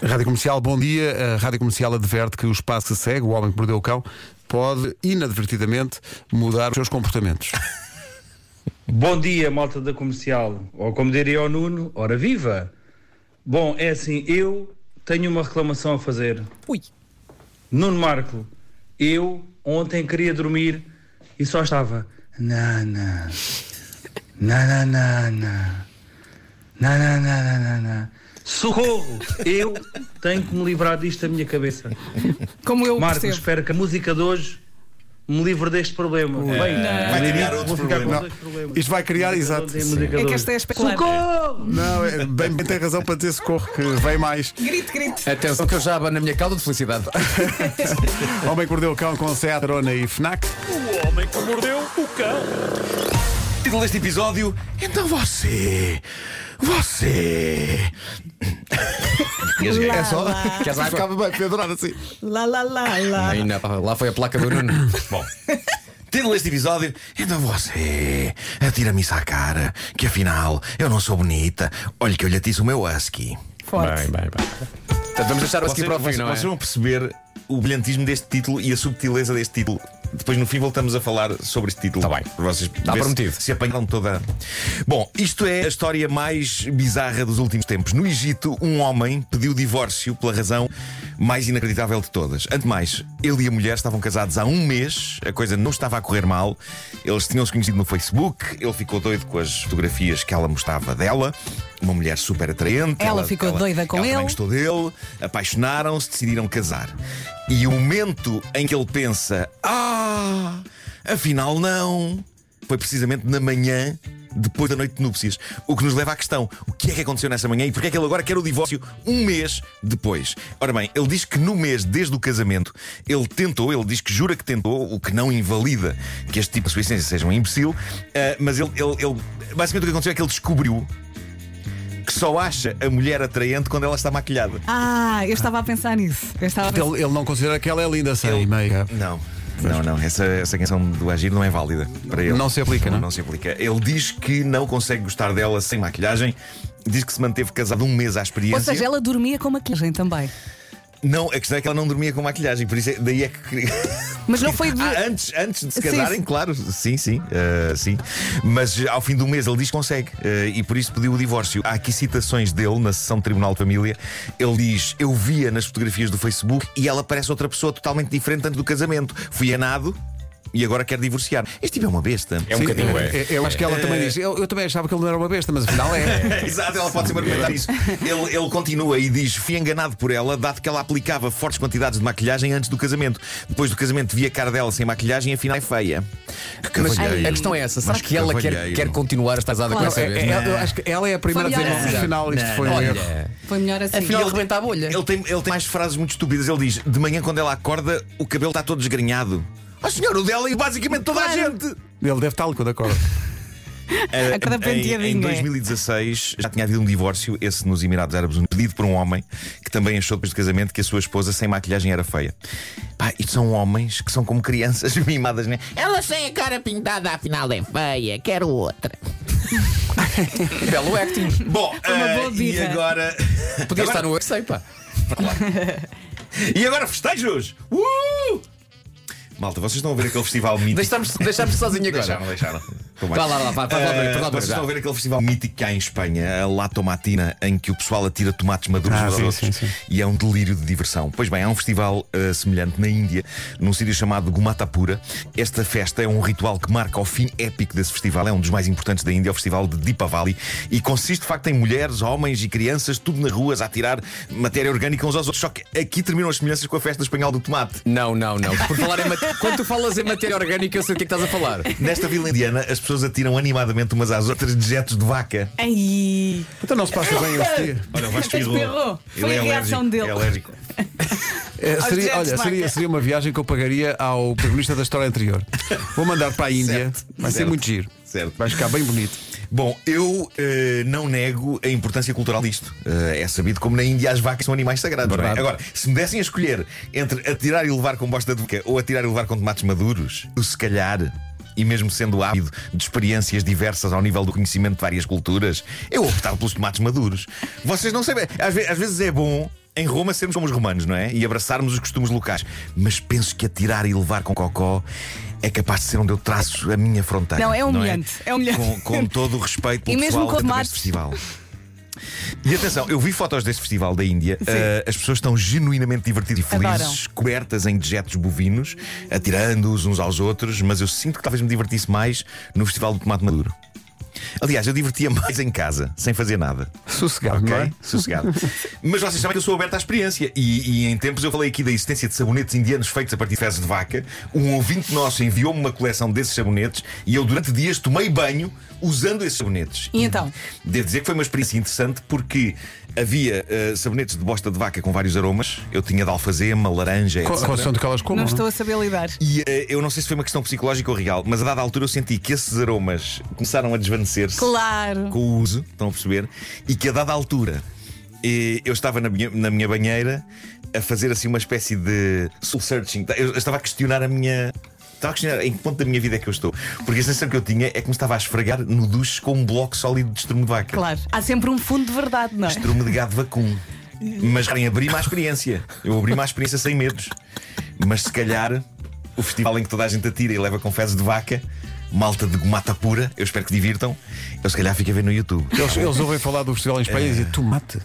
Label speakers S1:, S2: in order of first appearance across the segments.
S1: Rádio Comercial, bom dia. A Rádio Comercial adverte que o espaço que segue, o homem que mordeu o cão, pode inadvertidamente mudar os seus comportamentos.
S2: Bom dia, malta da comercial. Ou como diria o Nuno, ora viva! Bom, é assim, eu tenho uma reclamação a fazer.
S3: Ui.
S2: Nuno Marco, eu ontem queria dormir e só estava. Na, na. Na, na, na, na. Na, na, na, na, na, na. Socorro! Eu tenho que me livrar disto da minha cabeça.
S3: Como eu
S2: Marco,
S3: percebo.
S2: espero que a música de hoje me livre deste problema. Bem,
S4: Vai
S2: me
S4: criar
S2: livre,
S4: outro
S2: vou ficar
S4: problema.
S2: com dois problemas.
S1: Isto vai criar, exato.
S2: Ontem a
S1: sim.
S2: música
S3: É
S2: de
S3: que
S2: hoje.
S3: esta é especulante.
S1: Não, é- bem, bem tem razão para dizer socorro, que vem mais.
S3: Grite, grite.
S5: Atenção que eu já abano na minha calda de felicidade.
S1: Homem que mordeu o cão com Seat Arona e Fnac.
S6: O homem que mordeu o cão.
S4: Título deste episódio: Então você. Você.
S5: É só. Queres água?
S1: Acaba bem, foi adorado assim.
S3: Lá, lá, lá, lá.
S5: Ainda, pá, lá foi a placa do Nuno.
S4: Bom. Título deste episódio: Então você. Atira-me isso à cara, que afinal eu não sou bonita. Olha que eu lhe atiço o meu husky.
S3: Forte.
S5: Portanto, vamos deixar o aqui
S4: Vocês-
S5: para o fim,
S4: vocês-
S5: não é?
S4: Vocês vão perceber o brilhantismo deste título e a subtileza deste título. Depois, no fim, voltamos a falar sobre este título.
S5: Tá bem.
S4: Para Vocês
S5: Dá
S4: ver se-
S5: prometido.
S4: Se apanharam toda. Bom, isto é a história mais bizarra dos últimos tempos. No Egito, um homem pediu divórcio pela razão mais inacreditável de todas. Antes de mais, ele e a mulher estavam casados há um mês, a coisa não estava a correr mal. Eles tinham-se conhecido no Facebook, ele ficou doido com as fotografias que ela mostrava dela. Uma mulher super atraente.
S3: Ela ficou doida com
S4: ela também
S3: ele.
S4: gostou dele, apaixonaram-se, decidiram casar. E o momento em que ele pensa: Ah, afinal não, foi precisamente na manhã. Depois da noite de núpcias, o que nos leva à questão: o que é que aconteceu nessa manhã e porque é que ele agora quer o divórcio um mês depois? Ora bem, ele diz que no mês desde o casamento ele tentou, ele diz que jura que tentou, o que não invalida que este tipo, a sua essência, seja um imbecil, ah, mas ele- ele- ele. Basicamente o que aconteceu é que ele descobriu que só acha a mulher atraente quando ela está maquilhada.
S3: Ah, eu estava a pensar nisso. Eu estava a pensar.
S1: Ele, ele não considera que ela é linda sem
S4: Ele- um
S1: make-up.
S4: Não. Não, não, essa, essa canção do Agir não é válida para ele.
S1: Não se aplica, não? é?
S4: Não se aplica. Ele diz que não consegue gostar dela sem maquilhagem, diz que se manteve casado um mês à experiência.
S3: Ou seja, ela dormia com maquilhagem também.
S4: Não, a questão é que ela não dormia com maquilhagem, por isso é- daí é que.
S3: Mas não foi de-
S4: Ah, antes, antes de se
S3: Sim,
S4: casarem,
S3: sim.
S4: claro, sim, sim, ah, sim. Mas ah, ao fim do mês ele diz que consegue ah, e por isso pediu o divórcio. Há aqui citações dele na sessão de Tribunal de Família. Ele diz: Eu via nas fotografias do Facebook e ela parece outra pessoa totalmente diferente antes do casamento. Fui anado e agora quer divorciar. Este tipo é uma besta.
S6: É um bocadinho, é.
S1: Eu- Eu acho que ela também diz. Eu, eu também achava que ele não era uma besta, mas afinal é.
S4: Exato, ela pode sempre argumentar isso. Ele, ele continua e diz: fui enganado por ela, dado que ela aplicava fortes quantidades de maquilhagem antes do casamento. Depois do casamento vi a cara dela sem maquilhagem e afinal é feia. Que
S5: Mas
S4: cavalheiro.
S5: a questão é essa: será
S4: Mas
S5: que ela quer,
S4: cavalheiro.
S5: quer continuar a estar casada com
S3: Claro.
S5: essa
S1: É-
S5: vez?
S1: é- eu acho que ela é a primeira a
S3: Foi
S1: dizer
S3: melhor
S1: não.
S3: assim.
S1: Afinal, isto foi um erro.
S5: Olha,
S4: ah.
S3: Foi melhor assim.
S5: afinal rebenta a bolha.
S4: Ele tem, ele tem mais frases muito estúpidas. Ele diz: de manhã, quando ela acorda, o cabelo está todo desgrenhado. Ah, senhor, o dela e basicamente toda a
S3: Claro.
S4: gente.
S1: Ele deve estar quando acorda.
S4: Eh,
S3: A cada penteadinha.
S4: Em, em 2016 já tinha havido um divórcio, esse nos Emirados Árabes Unidos, pedido por um homem que também achou depois do casamento que a sua esposa sem maquilhagem era feia. Pá, isto são homens que são como crianças mimadas, né?
S7: Ela sem a cara pintada, afinal é feia, quero outra.
S5: Belo acting.
S4: Bom,
S3: uma
S4: eh,
S3: boa
S4: e
S3: birra.
S4: agora.
S5: Podia estar
S4: agora,
S5: no sei, pá.
S4: E agora festejos! Uh! Malta, vocês estão a ver aquele festival mítico.
S5: Deixámos- Deixámos-te sozinho
S4: Deixaram,
S5: agora.
S4: deixaram. Estou bem.
S5: Vá lá, vá lá, vá, vá lá,
S4: Eh,
S5: vá lá, vá lá,
S4: Vocês
S5: já.
S4: estão a ver aquele festival mítico que há em Espanha, a La Tomatina, em que o pessoal atira tomates maduros
S1: Ah,
S4: uns aos
S1: sim,
S4: outros
S1: sim, sim.
S4: e é um delírio de diversão. Pois bem, há um festival eh, semelhante na Índia, num sítio chamado Gumatapura. Esta festa é um ritual que marca o fim épico desse festival, é um dos mais importantes da Índia, é o festival de Deepavali, e consiste de facto em mulheres, homens e crianças, tudo nas ruas, a atirar matéria orgânica uns aos outros. Só que aqui terminam as semelhanças com a festa espanhola do tomate.
S5: Não, não, não. Por falar em matéria. Quando tu falas em matéria orgânica, eu sei o que é que estás a falar.
S4: Nesta vila indiana, as pessoas atiram animadamente umas às outras dejetos de vaca.
S3: Ai.
S1: Então não se passa bem este dia.
S4: Olha, o Vasco
S3: Ele espirrou. Foi
S4: Ele é
S3: a reação
S4: alérgico.
S3: dele.
S4: É alérgico.
S1: É, seria,
S3: Jack
S1: olha,
S3: Smack.
S1: seria, seria uma viagem que eu pagaria ao protagonista da história anterior. Vou mandar para a Índia.
S4: Certo,
S1: Vai ser
S4: certo,
S1: muito giro.
S4: certo.
S1: Vai ficar bem bonito.
S4: Bom, eu eh, não nego a importância cultural disto. Eh, é sabido como na Índia as vacas são animais sagrados. não é?
S1: Verdade.
S4: Agora, se me dessem a escolher entre atirar e levar com bosta de vaca ou atirar e levar com tomates maduros, eu se calhar. E mesmo sendo ávido de experiências diversas ao nível do conhecimento de várias culturas, eu optava pelos tomates maduros. Vocês não sabem. Às, ve- às vezes é bom em Roma sermos como os romanos, não é? E abraçarmos os costumes locais. Mas penso que atirar e levar com cocó é capaz de ser onde eu traço a minha fronteira.
S3: Não, é humilhante, é humilhante.
S4: Com, com todo o respeito pelo
S3: E mesmo
S4: pessoal
S3: com
S4: que também
S3: tomates.
S4: este festival. E atenção, eu vi fotos deste festival da Índia. Ah, as pessoas estão genuinamente divertidas e felizes,
S3: Adoram.
S4: cobertas em dejetos bovinos, atirando-os uns aos outros. Mas eu sinto que talvez me divertisse mais no Festival do Tomate Maduro. Aliás, eu divertia mais em casa, sem fazer nada.
S1: Sossegado,
S4: Ok?
S1: não é?
S4: Sossegado. Mas vocês sabem que eu sou aberto à experiência. E, e em tempos eu falei aqui da existência de sabonetes indianos feitos a partir de fezes de vaca. Um ouvinte nosso enviou-me uma coleção desses sabonetes e eu, durante dias, tomei banho usando esses sabonetes.
S3: E então?
S4: Devo dizer que foi uma experiência interessante porque havia eh, sabonetes de bosta de vaca com vários aromas. Eu tinha de alfazema, laranja,
S1: Com
S4: etc.
S1: com a noção de que elas
S4: Uhum.
S1: comam.
S3: Não
S1: não é?
S3: estou a saber lidar.
S4: E eh, eu não sei se foi uma questão psicológica ou real, mas a dada altura eu senti que esses aromas começaram a desvanecer-se
S3: Claro.
S4: com o uso, estão a perceber? E que a dada altura eh, eu estava na minha, na minha banheira a fazer assim uma espécie de soul searching. Eu eu estava a questionar a minha. Estava a questionar em que ponto da minha vida é que eu estou. Porque a sensação que eu tinha é que me estava a esfregar no duche com um bloco sólido de estrume de vaca.
S3: Claro. Há sempre um fundo de verdade, não é?
S4: Estrume de gado vacum. Mas querem abrir mais experiência. Eu abri mais experiência sem medos. Mas se calhar o festival em que toda a gente atira e leva com fezes de vaca, malta de gomata pura, eu espero que divirtam. Eu se calhar fico a ver no YouTube.
S1: Eles, eles ouvem falar do festival em Espanha e dizem tomate.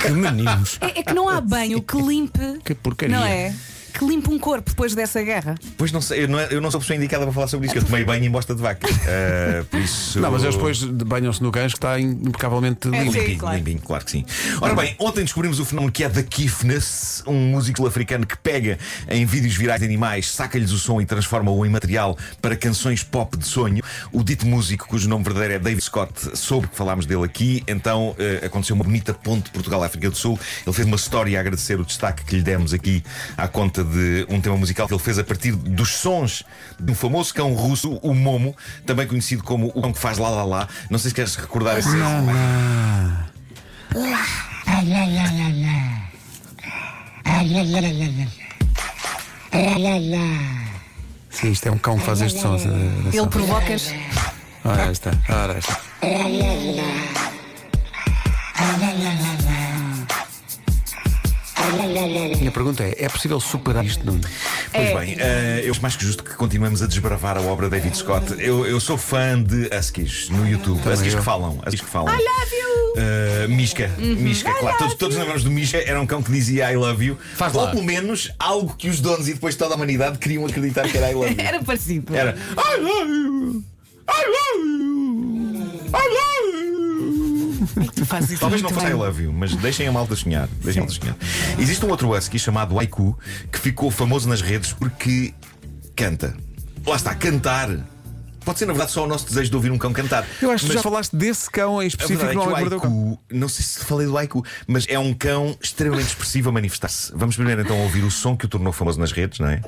S1: Que meninos.
S3: É, é que não há banho que limpe.
S1: Que porcaria.
S3: Não é? Que limpe um corpo depois dessa guerra.
S4: Pois não sei, eu não, é- eu não sou a pessoa indicada para falar sobre isso, que eu tomei banho em bosta de vaca. Ah, por isso.
S1: Não, mas eles depois banham-se no gancho que está impecavelmente
S3: É,
S1: limpo.
S3: sim.
S4: Limpinho,
S3: claro.
S4: limpinho, claro que sim. Ora bem, ontem descobrimos o fenómeno que é The Kiffness, um músico africano que pega em vídeos virais de animais, saca-lhes o som e transforma-o em material para canções pop de sonho. O dito músico, cujo nome verdadeiro é David Scott, soube que falámos dele aqui, então eh, aconteceu uma bonita ponte Portugal-África do Sul. Ele fez uma história a agradecer o destaque que lhe demos aqui à conta de um tema musical que ele fez a partir dos sons de um famoso cão russo, o Momo, também conhecido como o cão que faz lá lá lá. Não sei se queres recordar esse.
S1: Ah, Sim, isto é um cão que faz este som.
S3: Ele provocas.
S1: Ora, aí está. Ora, aí está. Minha pergunta é: é possível superar isto, Nuno?
S4: Pois bem, eh, eu acho mais que justo que continuemos a desbravar a obra de David Scott. Eu, eu sou fã de Huskies no YouTube. Huskies
S1: eu.
S4: que falam, Huskies que falam. I love you! Uhum. Misca, Misca, claro. Todos, todos lembramos do Misca, era um cão que dizia I love you.
S5: Faz
S4: Ou
S5: lá.
S4: pelo menos algo que os donos e depois toda a humanidade queriam acreditar que era I love you.
S3: Era parecido.
S4: Era I love you! I love you! I love you!
S3: Tu fazes isso
S4: Talvez não
S3: muito
S4: fosse I
S3: bem.
S4: Love You, mas deixem a malta sonhar. Deixem a malta sonhar. Existe um outro husky chamado Haiku que ficou famoso nas redes porque canta. Lá está, cantar. Pode ser, na verdade, só o nosso desejo de ouvir um cão cantar.
S1: Eu acho que
S4: mas
S1: já falaste desse cão em
S4: a
S1: específico,
S4: verdade é
S1: não
S4: que o
S1: é verdade?
S4: Haiku, não sei se falei do Haiku, mas é um cão extremamente expressivo a manifestar-se. Vamos primeiro então ouvir o som que o tornou famoso nas redes, não é?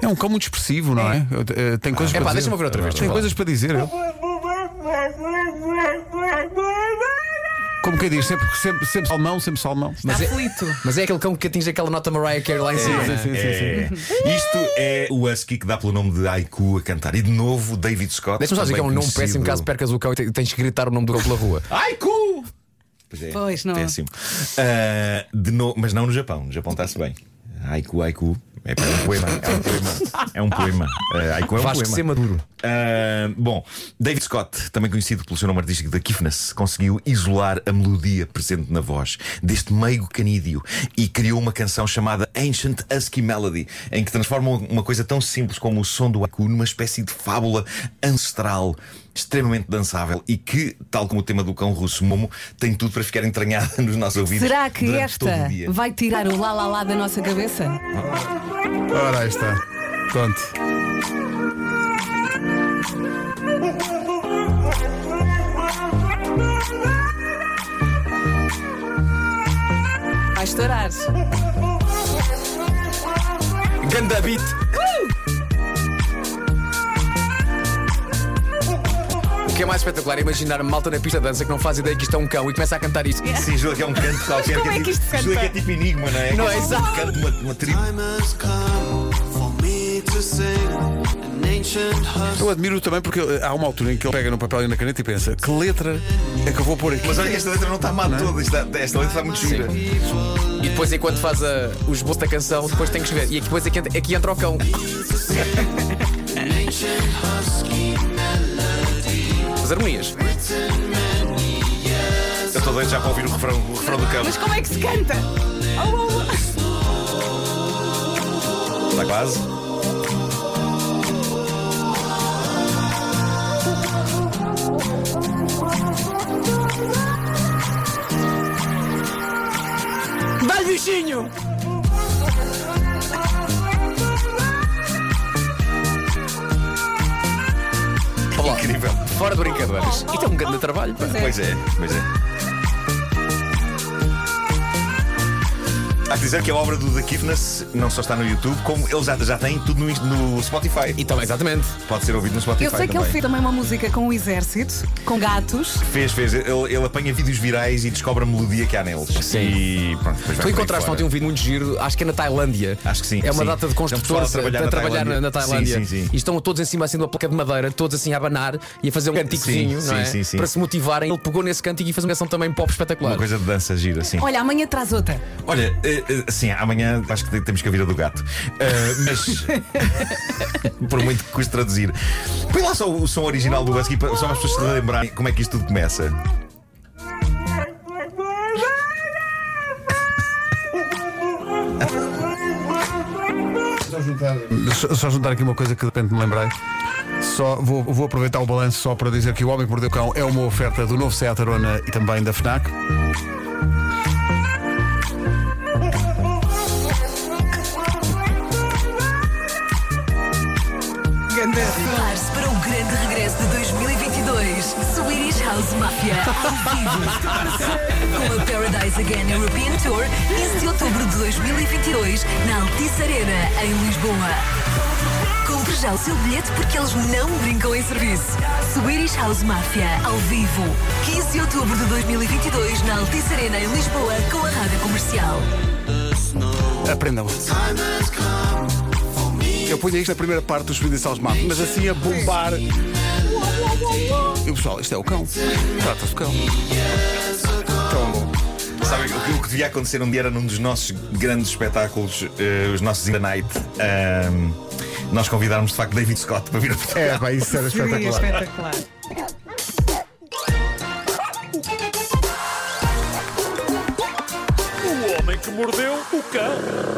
S1: É um cão muito expressivo, não é? Eu, eh, Tem coisas
S5: Epá,
S1: para dizer.
S5: deixa-me ouvir outra vez,
S1: Tem
S5: desculpa.
S1: coisas para dizer. eu. Como quem diz, sempre, sempre, sempre salmão, sempre salmão.
S5: Mas é,
S3: Aflito.
S5: mas é aquele cão que atinge aquela nota Mariah Carey lá em cima.
S1: sim,
S5: né?
S1: sim, sim, sim.
S4: É. Isto é o husky que dá pelo nome de Haiku a cantar. E de novo, David Scott.
S5: Deixa-me só dizer que é um
S4: também
S5: nome péssimo
S4: conhecido-
S5: caso percas o cão e te- tens que gritar o nome do cão pela rua.
S4: Haiku! Pois é.
S3: Pois, não.
S4: Péssimo. Ah, de no- Mas não no Japão. No Japão está-se bem. Haiku, haiku. É para um poema. É um poema. É um poema. Ah, haiku é um
S5: Vasco
S4: poema.
S5: ser maduro.
S4: Ah, bom, David Scott, também conhecido pelo seu nome artístico da Kiffness, conseguiu isolar a melodia presente na voz deste meigo canídeo e criou uma canção chamada Ancient Husky Melody, em que transforma uma coisa tão simples como o som do haiku numa espécie de fábula ancestral, extremamente dançável e que, tal como o tema do cão russo Momo, tem tudo para ficar entranhada nos nossos ouvidos.
S3: Será que
S4: durante todo
S3: esta
S4: o dia.
S3: vai tirar o lá lá lá da nossa cabeça?
S1: Ora, aí está. Pronto.
S3: Vai estourar.
S5: Ganda beat. O que é mais espetacular é imaginar a malta na pista de dança que não faz ideia que isto é um cão e começa a cantar isto.
S4: Sim, julga que é um canto qualquer.
S3: como é
S4: tipo-
S3: que isto se canta?
S4: julga que é tipo enigma, não é?
S5: Não,
S4: Que
S5: exato.
S4: canto de uma, uma tribo.
S8: Time has come for me to sing an
S1: Eu admiro também porque eh, há uma altura em que ele pega no papel e na caneta e pensa que letra é que eu vou pôr aqui.
S4: Mas olha que esta letra não está má toda. Esta, esta letra está muito gira.
S5: E depois, enquanto faz a, o esboço da canção, depois tem que escrever. E aqui, depois aqui, entra- aqui entra o cão. As harmonias.
S4: Eu estou doido já para ouvir o refrão, o refrão do cão.
S3: Mas como é que se canta?
S4: Está quase.
S3: Dá-lhe bichinho!
S5: Olá.
S4: Incrível.
S5: Fora de brincadeiras. Isto é um grande trabalho. pá.
S3: Pois é.
S4: Pois é, pois é. Há que dizer que a obra do The Kiffness não só está no YouTube, como ele já, já tem tudo no, Inst- no Spotify. E
S5: Então, exatamente.
S4: pode ser ouvido no Spotify
S3: Eu sei que
S4: também.
S3: ele fez também uma música com o exército, com gatos.
S4: Fez, fez. Ele, ele apanha vídeos virais e descobre a melodia que há neles.
S5: Sim.
S4: E pronto, depois vai
S5: Tu
S4: por aí
S5: encontraste
S4: fora.
S5: ontem um vídeo muito giro, acho que é na Tailândia.
S4: Acho que sim,
S5: É uma
S4: sim.
S5: data de
S4: Então, pessoal a
S5: construtores a
S4: trabalhar
S5: a
S4: na
S5: trabalhar
S4: Tailândia.
S5: na, na
S4: Sim,
S5: Tailândia.
S4: sim, sim.
S5: E estão todos em cima assim de uma placa de madeira, todos assim a abanar e a fazer um canticozinho,
S4: sim,
S5: não é?
S4: sim, sim.
S5: Para se motivarem. Ele pegou nesse cântico e fez uma canção também pop espetacular.
S4: Uma coisa de dança gira, sim.
S3: Olha, amanhã traz outra.
S4: Olha, eh, eh, sim, amanhã acho que temos que ouvir a do gato. Eh, mas. por muito que custe traduzir. Põe lá só o som original do Husky, para- só para as pessoas se lembrarem como é que isto tudo começa.
S1: Só- Só juntar aqui uma coisa que de repente me lembrei. Só, vou, vou aproveitar o balanço só para dizer que o Homem que Mordeu o Cão é uma oferta do novo Seat Arona e também da FNAC.
S8: Prepare-se para um grande regresso de 2022. Swedish House Mafia ao vivo. Com a Paradise Again European Tour, 15 de outubro de 2022, na Altice Arena, em Lisboa. Compre já o seu bilhete porque eles não brincam em serviço. Swedish House Mafia ao vivo. 15 de outubro de 2022, na Altice Arena, em Lisboa, com a rádio comercial.
S1: Aprendam. Eu punha isto na primeira parte dos vídeos aos mapas, mas assim a bombar. E o pessoal, isto é o cão. Trata-se do cão. Tão bom.
S4: Sabe, o que, o que devia acontecer um dia era num dos nossos grandes espetáculos, eh, os nossos In the Night, ehm, nós convidarmos de facto David Scott para vir a Portugal.
S1: É, pá, isso era
S3: Seria
S1: espetacular.
S3: espetacular.
S6: O homem que mordeu o cão.